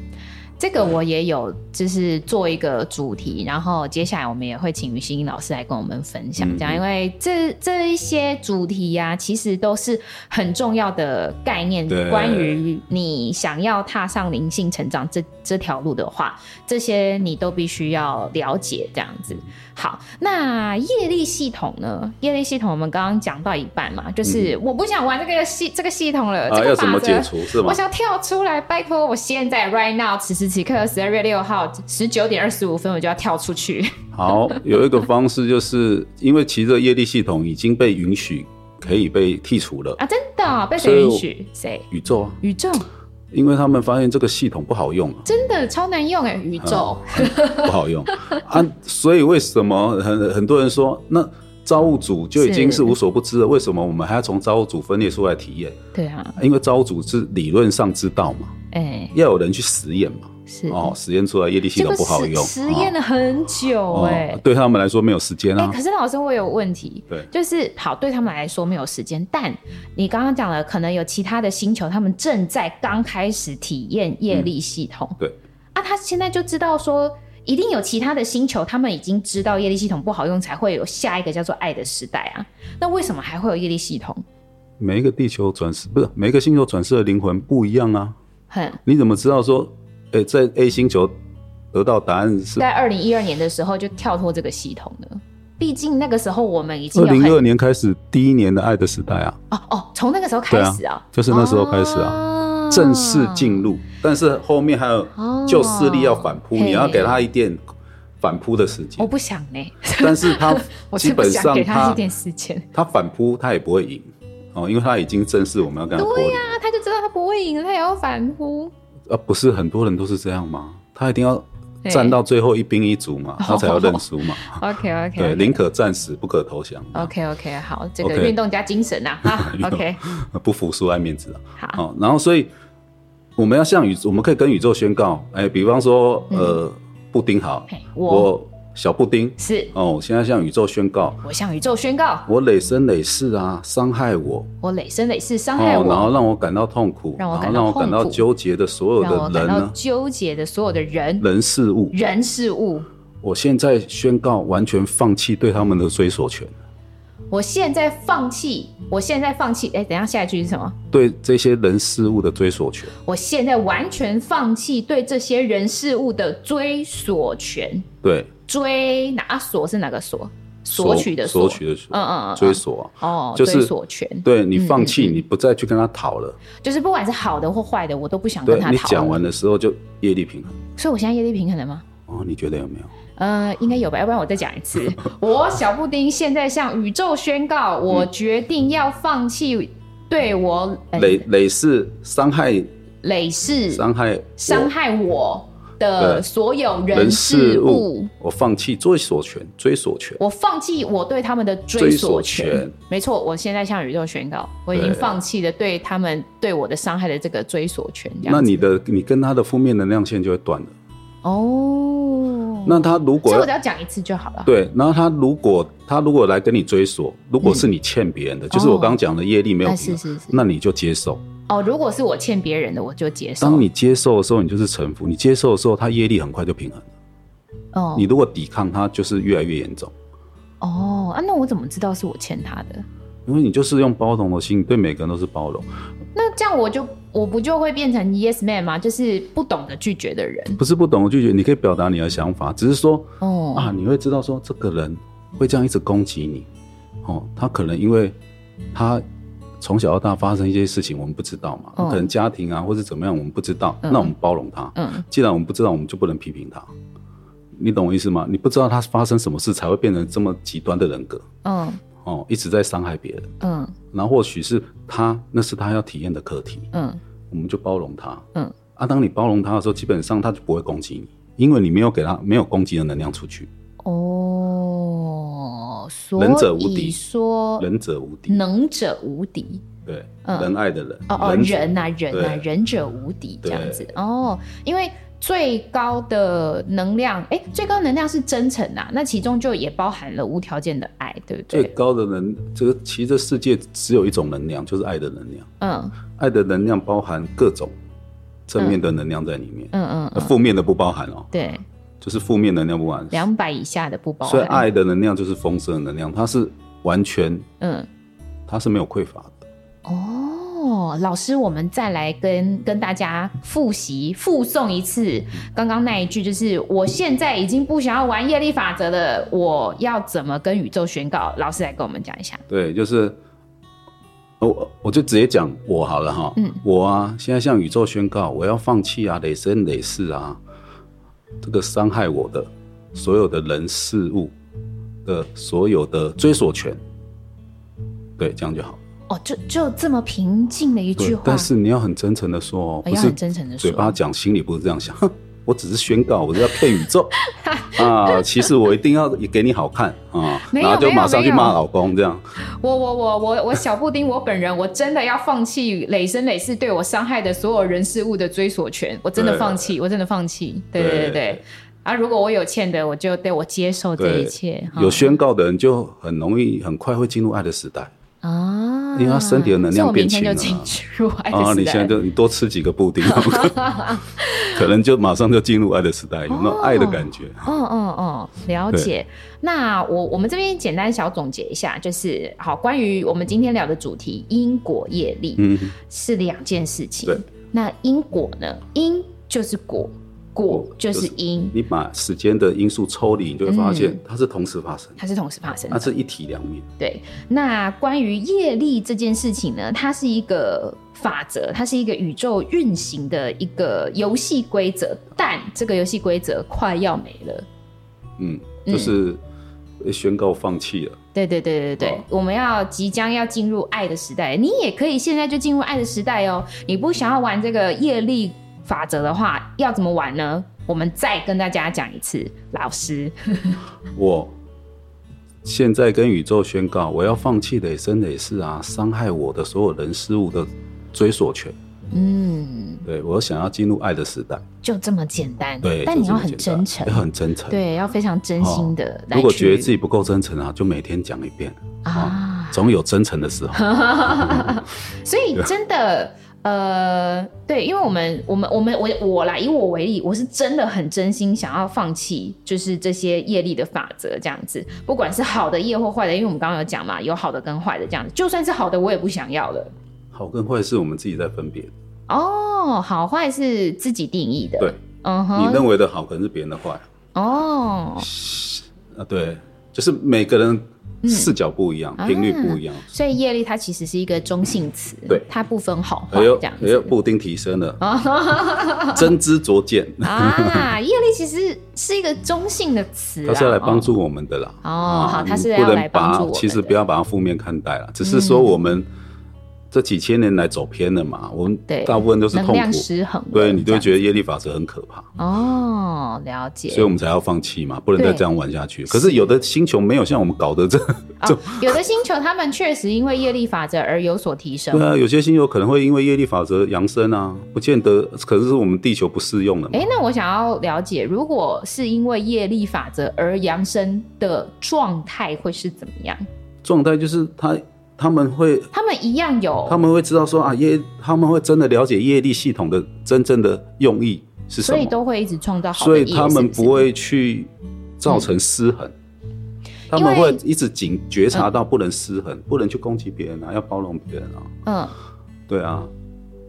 A: 这个我也有，就是做一个主题，然后接下来我们也会请于欣老师来跟我们分
B: 嗯
A: 享，这样，因为这这一些主题呀、其实都是很重要的概念
B: 对，
A: 关于你想要踏上灵性成长这这条路的话，这些你都必须要了解，这样子。
B: 嗯
A: 好，那业力系统呢？业力系统我们刚刚讲到一半嘛，就是我不想玩这个系这个系统了，
B: 嗯啊，
A: 呃这
B: 要
A: 个
B: 怎
A: 法
B: 么
A: 则
B: 解除是吗
A: 我？想跳出来，拜托！我现在 right now，此时此刻，十二月六号十九点二十五分，我就要跳出去。 (laughs)
B: 好，有一个方式就是因为其实业力系统已经被允许可以被剔除了，
A: 啊！真的哦、被
B: 所以
A: 谁允
B: 我
A: 许？谁？
B: 宇宙啊，
A: 宇宙
B: 因为他们发现这个系统不好用啊，
A: 真的超难用
B: 啊
A: 哎！宇宙，
B: (laughs) 不好用啊，所以为什么很很多人说那造物主就已经
A: 是
B: 是无所不知了，为什么我们还要从造物主分裂出来体验？
A: 对啊，
B: 因为造物主是理论上知道嘛，
A: 哎、
B: 要有人去实验嘛，
A: 是
B: 哦，，实验出来业力
A: 嗯
B: 系
A: 这
B: 统
A: 个
B: 不好
A: 实
B: 用，啊
A: 实验了很久
B: 哦
A: 哎、
B: 哦对他们来说没有时间
A: 哎、
B: 啊，
A: 可是老师，我有问题。
B: 对
A: 就是好，对他们来说没有时间，但你刚刚讲了，可能有其他的星球，他们正在刚开始体验业力系统。
B: 对，
A: 啊，他现在就知道说，一定有其他的星球，他们已经知道业力系统不好用，才会有下一个叫做爱的时代啊。那为什么还会有业力系统？
B: 每一个地球转世不是每一个星球转世的灵魂不一样啊，
A: 很
B: 你怎么知道说，诶、在 A 星球得到答案是
A: 在二零一二年的时候就跳脱这个系统了，毕竟那个时候我们已经
B: 二
A: 有
B: 零
A: 很
B: 二年开始第一年的爱的时代啊，
A: 哦哦，从那个时候开始
B: 对
A: 啊，
B: 就是那时候开始啊，
A: 啊
B: 正式进入，但是后面还有
A: 哦
B: 旧势力要反扑，
A: 嘿
B: 你要给他一点反扑的时
A: 我
B: 间，
A: 不想呢，
B: 但是他
A: (laughs) 我
B: 基
A: 是不
B: 本
A: 想
B: 上
A: 给他
B: 他
A: 一点时间。
B: 他反扑他也不会赢哦，因为他已经正式我们要跟他脱离，
A: 啊，他就知道他不会赢了，他也要反扑。
B: 呃、不是很多人都是这样吗？他一定要
A: 对
B: 站到最后一兵一卒嘛，他才要认输
A: (laughs)
B: 嘛。
A: OK OK，
B: 对，宁可战死，不可投降。
A: OK OK，好，这个
B: OK
A: 运动家精神呐、啊， (laughs) 哈 OK，
B: (laughs) 不服输爱面子啊。
A: 好，
B: 好，然后所以我们要向宇，我们可以跟宇宙宣告，哎，比方说，呃，布丁好
A: 嗯嘿，我
B: 我小布丁
A: 是
B: 哦，我现在向宇宙宣告，
A: 我向宇宙宣告，
B: 我累生累世啊，伤害我
A: 我累生累世伤害
B: 哦，
A: 我，
B: 然后让我感到痛苦，
A: 让我
B: 然后
A: 感到
B: 让我感到
A: 痛苦
B: 纠结的所有
A: 让我
B: 的
A: 感
B: 人
A: 到嗯
B: 呢，
A: 纠结的所有的人、
B: 人事物，
A: 人事物，
B: 我现在宣告完全放弃对他们的追索权，
A: 我现在放弃，我现在放弃，哎，等一下下一句是什么？
B: 对这些人事物的追索权。
A: 我现在完全放弃对这些人事物的追索权，
B: 对，
A: 追哪索是哪个索？索取的
B: 索取的索，
A: 嗯嗯嗯嗯嗯
B: 追索啊。
A: 哦，
B: 就是
A: 追索权，
B: 对你放弃，你不再去跟他讨了。
A: 就是不管是好的或坏的，我都不想跟
B: 对
A: 他
B: 你
A: 讨
B: 讲
A: 论。
B: 完的时候就业力平衡
A: 所以我现在业力平衡了吗？
B: 哦，你觉得有没有？
A: 呃，应该有吧，要不然我再讲一次。我小布丁现在向宇宙宣告，我决定要放弃对我呃
B: 累累是伤害
A: 累世
B: 伤害我
A: 伤害我的
B: 对
A: 所有
B: 人
A: 人
B: 事
A: 事
B: 物
A: 物，，
B: 我放弃追索权，追索权。
A: 我放弃我对他们的追索
B: 追索
A: 权
B: 权。
A: 没错，我现在向宇宙宣告，我已经
B: 对
A: 放弃了对他们对我的伤害的这个追索权。这样
B: 那
A: 子
B: 你的你跟他的负面能量线就会断了。
A: 哦，
B: 那他如
A: 所以我
B: 果
A: 只要讲一次就好了。
B: 对，然后他如果他如果来跟你追索，如果是你欠别人的，就是我刚刚讲的业力没有
A: 嗯哦哎
B: 平衡，
A: 是是是
B: 那你就接受。
A: 哦，如果是我欠别人的，我就接受。
B: 当你接受的时候，你就是臣服；你接受的时候，他业力很快就平衡了。
A: 哦
B: 你如果抵抗它，就是越来越严重。
A: 哦啊，那我怎么知道是我欠他的？
B: 因为你就是用包容的心，你对每个人都是包容，
A: 那这样我就我不就会变成 yes man 吗？就是不懂得拒绝的人。
B: 不是不懂的拒绝，你可以表达你的想法，只是说
A: 哦，
B: 啊，你会知道说这个人会这样一直攻击你，哦，他可能因为他从小到大发生一些事情，我们不知道嘛，
A: 嗯
B: 可能家庭啊或者怎么样，我们不知道，
A: 嗯
B: 那我们包容他。
A: 嗯，
B: 既然我们不知道，我们就不能批评他，你懂我意思吗？你不知道他发生什么事才会变成这么极端的人格，
A: 嗯
B: 哦，一直在伤害别人。
A: 嗯
B: 然后或许是他，那是他要体验的课题，
A: 嗯
B: 我们就包容他。
A: 嗯，
B: 啊，当你包容他的时候，基本上他就不会攻击你，因为你没有给他没有攻击的能量出去，
A: 哦，所
B: 仁者无
A: 以
B: 敌
A: 说
B: 仁者无敌。
A: 能者无敌。
B: 对，
A: 哦嗯
B: 仁爱的人。
A: 哦哦，
B: 者
A: 人呐、人呐、
B: 对
A: 仁者无敌这样子
B: 对
A: 哦，因为。最高的能量，哎、最高能量是真诚呐、那其中就也包含了无条件的爱，对不
B: 最
A: 对？
B: 高的能，这个其实这世界只有一种能量，就是爱的能量。
A: 嗯，
B: 爱的能量包含各种正面的能量在里面，
A: 嗯嗯
B: 呃
A: 嗯，
B: 负面的不包含哦，
A: 对，
B: 就是负面能量不包含。
A: 两百以下的不包
B: 所以
A: 含。
B: 爱的能量就是丰盛的能量，它是完全
A: 嗯，
B: 它是没有匮乏的。
A: 哦，老师，我们再来跟跟大家复习复诵一次刚刚那一句，就是我现在已经不想要玩业力法则了，我要怎么跟宇宙宣告？老师来跟我们讲一下。
B: 对，就是呃我我就直接讲我好了哈，
A: 嗯
B: 我啊现在向宇宙宣告，我要放弃啊，累生累世啊，这个伤害我的所有的人事物的所有的追索权，对，这样就好。
A: 哦，就就这么平静的一句
B: 对
A: 话，，
B: 但是你要很真诚的说哦，
A: 我
B: 不
A: 要
B: 是
A: 很真诚的说，
B: 嘴巴讲，心里不是这样想。 (laughs) 哼我只是宣告，我是要骗宇
A: (laughs)
B: 宙啊！其实我一定要给你好看啊，
A: 没有
B: 然后就
A: 没有
B: 马上去
A: 没有
B: 骂老公这样。
A: 我我我我我小布丁，我本人我真的要放弃累生累世对我伤害的所有人事物的追索权，我真的
B: 对
A: 放弃，我真的放弃。对对
B: 对
A: 对对。啊，如果我有欠的，我就对我接受这一切。哈
B: 有宣告的人就很容易很快会进入爱的时代
A: 啊，
B: 因为他身体的能
A: 所以
B: 量
A: 我明
B: 变
A: 天
B: 轻
A: 就
B: 了
A: 进入爱的时代
B: 啊！你现在就你多吃几个
A: (laughs)
B: 布丁，可能就马上就进入爱的时代，有那种爱的感觉。
A: 哦哦哦，了解。那我我们这边简单小总结一下，就是好，关于我们今天聊的主题因果业力，
B: 嗯，
A: 是两件事情。
B: 对，
A: 那因果呢？因就是果，果就是因，
B: 你把时间的因素抽离，你就会发现
A: 嗯
B: 它是同时发生，
A: 它是同时发生的。
B: 它是一体两面。
A: 对，那关于业力这件事情呢，它是一个法则，它是一个宇宙运行的一个游戏规则，但这个游戏规则快要没了。
B: 嗯，就是呃宣告放弃了。
A: 对对对对对对
B: 哦
A: 我们要即将要进入爱的时代，你也可以现在就进入爱的时代哦。你不想要玩这个业力法则的话，要怎么玩呢？我们再跟大家讲一次，老师，
B: 我现在跟宇宙宣告，我要放弃累生累世啊，伤害我的所有人事物的追索权。
A: 嗯，
B: 对我想要进入爱的时代。
A: 就这么简单。
B: 对，
A: 但
B: 就
A: 你要
B: 这么
A: 很
B: 简
A: 真
B: 单
A: 诚，
B: 要很真诚。
A: (laughs) 对，要非常真心的来去、
B: 如果觉得自己不够真诚啊，就每天讲一遍，
A: 啊，
B: 总有真诚的时候。
A: (laughs) 所以真的，呃，对，因为我们我们我们我我啦，以我为例，我是真的很真心想要放弃，就是这些业力的法则这样子，不管是好的业或坏的，因为我们刚刚有讲嘛，有好的跟坏的这样子，就算是好的，我也不想要了。
B: 好跟坏是我们自己在分别，
A: 哦，好坏是自己定义的，
B: 对，
A: 嗯
B: 你
A: 哼，
B: 认为的好可能是别人的坏
A: 哦，
B: 啊。对，就是每个人视角不一样，
A: 嗯啊
B: 频率不一样。
A: 所以业力它其实是一个中性词，
B: 对
A: 它不分好坏
B: 哎呦
A: 这哦样，
B: 哎呦，
A: 子。
B: 布丁提升了， (laughs) 真知灼见，
A: 啊，业力其实是一个中性的词、啊，
B: 他是要来帮
A: 哦
B: 助我们的啦。
A: 哦
B: 啊
A: 好他是
B: 你不
A: 要来
B: 能
A: 帮
B: 把
A: 助我们的嗯
B: 其实不要把它负面看待了，只是说我们这几千年来走偏了嘛，我们
A: 对
B: 大部分都是
A: 能
B: 痛
A: 量
B: 苦，
A: 失衡了，
B: 对你就会觉
A: 得
B: 得业力法则很可怕，
A: 哦，了解。
B: 所以我们才要放弃嘛，不能再
A: 对
B: 这样玩下去。可是有的星球没有像我们搞
A: (laughs)
B: 的这，
A: 哦、有的星球他们确实因为业力法则而有所提升
B: 对。啊，有些星球可能会因为业力法则扬升啊，不见得，可是我们地球不适用的嘛
A: 哎、。那我想要了解，如果是因为业力法则而扬升的状态会是怎么样？
B: 状态就是他他们会
A: 他们一样有，
B: 他们会知道说啊业，他们会真的了解业力系统的真正的用意是什
A: 所以
B: 么，
A: 都会一直创造好
B: 所
A: 的业，
B: 以他
A: 是
B: 们
A: 不是
B: 不会去造成失衡，他
A: 嗯因
B: 们
A: 为
B: 会一直警觉察到不能失衡，不能去攻击别人啊，要包容别人啊，
A: 嗯。
B: 对啊，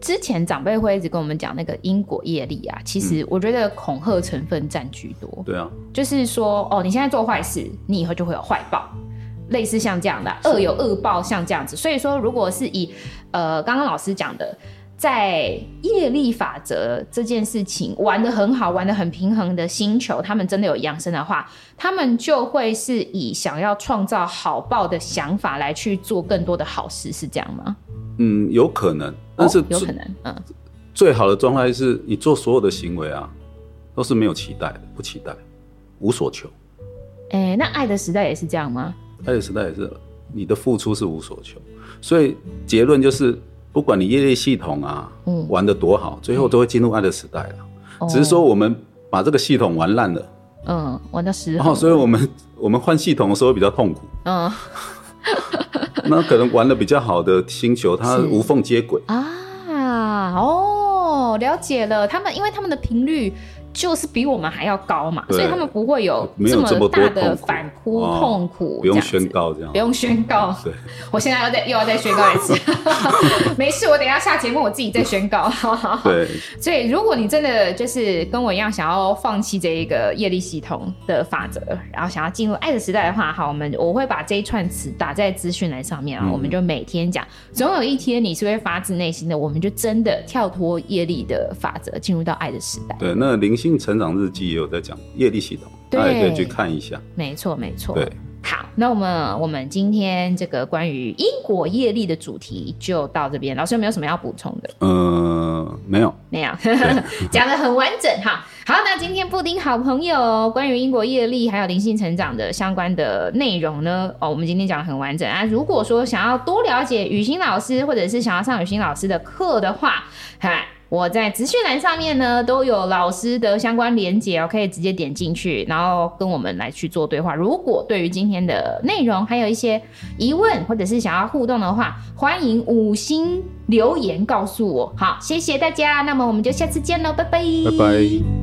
A: 之前长辈会一直跟我们讲那个因果业力啊，其
B: 嗯
A: 实我觉得恐吓成分占居多。
B: 对啊，
A: 就是说，哦，你现在做坏事，你以后就会有坏报，类似像这样的恶有恶报，像这样子。所以说，如果是以呃刚刚老师讲的，在业力法则这件事情玩的很好、玩的很平衡的星球，他们真的有扬升的话，他们就会是以想要创造好报的想法来去做更多的好事，是这样吗？
B: 嗯，有可能，但是
A: 哦有
B: 最
A: 可能，嗯，
B: 最好的状态是你做所有的行为啊，都是没有期待的，不期待，无所求。
A: 哎、那爱的时代也是这样吗？
B: 爱的时代也是，你的付出是无所求，所以结论就是，不管你业力系统啊，
A: 嗯哦
B: 玩的多好，最后都会进入爱的时代了。只是说我们把这个系统玩烂了，
A: 哦，嗯，玩到十，
B: 然后所以我们我们换系统的时候会比较
A: (laughs)
B: 痛苦。
A: 嗯
B: 那可能玩的比较好的星球，它
A: 是
B: 无缝接轨，
A: 啊，哦，哦，了解了。他们因为他们的频率就是比我们还要高嘛，
B: 对
A: 所以他们不会有
B: 没有这么
A: 么大
B: 多
A: 的
B: 痛苦
A: 反哭
B: 哦
A: 痛苦，
B: 不用
A: 这样子
B: 宣告这样
A: 不。用宣告。
B: (laughs) 对，
A: 我现在要再又要再宣告一
B: (laughs)
A: 次，没事，我等一下下节目我自己再宣告。好好好
B: 对，
A: 所以，如果你真的就是跟我一样想要放弃这一个业力系统的法则，然后想要进入爱的时代的话，好，我们我会把这一串词打在资讯栏上面啊，
B: 嗯
A: 我们就每天讲，总有一天你是会发自内心的，我们就真的跳脱业力的法则，进入到爱的时代。
B: 对，那灵性成长日记也有在讲业力系统，
A: 对
B: 大家也可以去看一下。
A: 没错，没错。
B: 对，
A: 好，那我们我们今天这个关于因果业力的主题就到这边，老师有没有什么要补充的？
B: 呃，没有，
A: 没
B: (laughs)
A: 有，讲的很完整哈。好，那今天布丁好朋友关于英国业力还有灵性成长的相关的内容呢，哦，我们今天讲的很完整啊。如果说想要多了解雨欣老师，或者是想要上雨欣老师的课的话，嗨。我在资讯栏上面呢都有老师的相关连结哦，可以直接点进去，然后跟我们来去做对话。如果对于今天的内容还有一些疑问或者是想要互动的话，欢迎五星留言告诉我。好，谢谢大家，那么我们就下次见喽，拜拜，
B: 拜拜。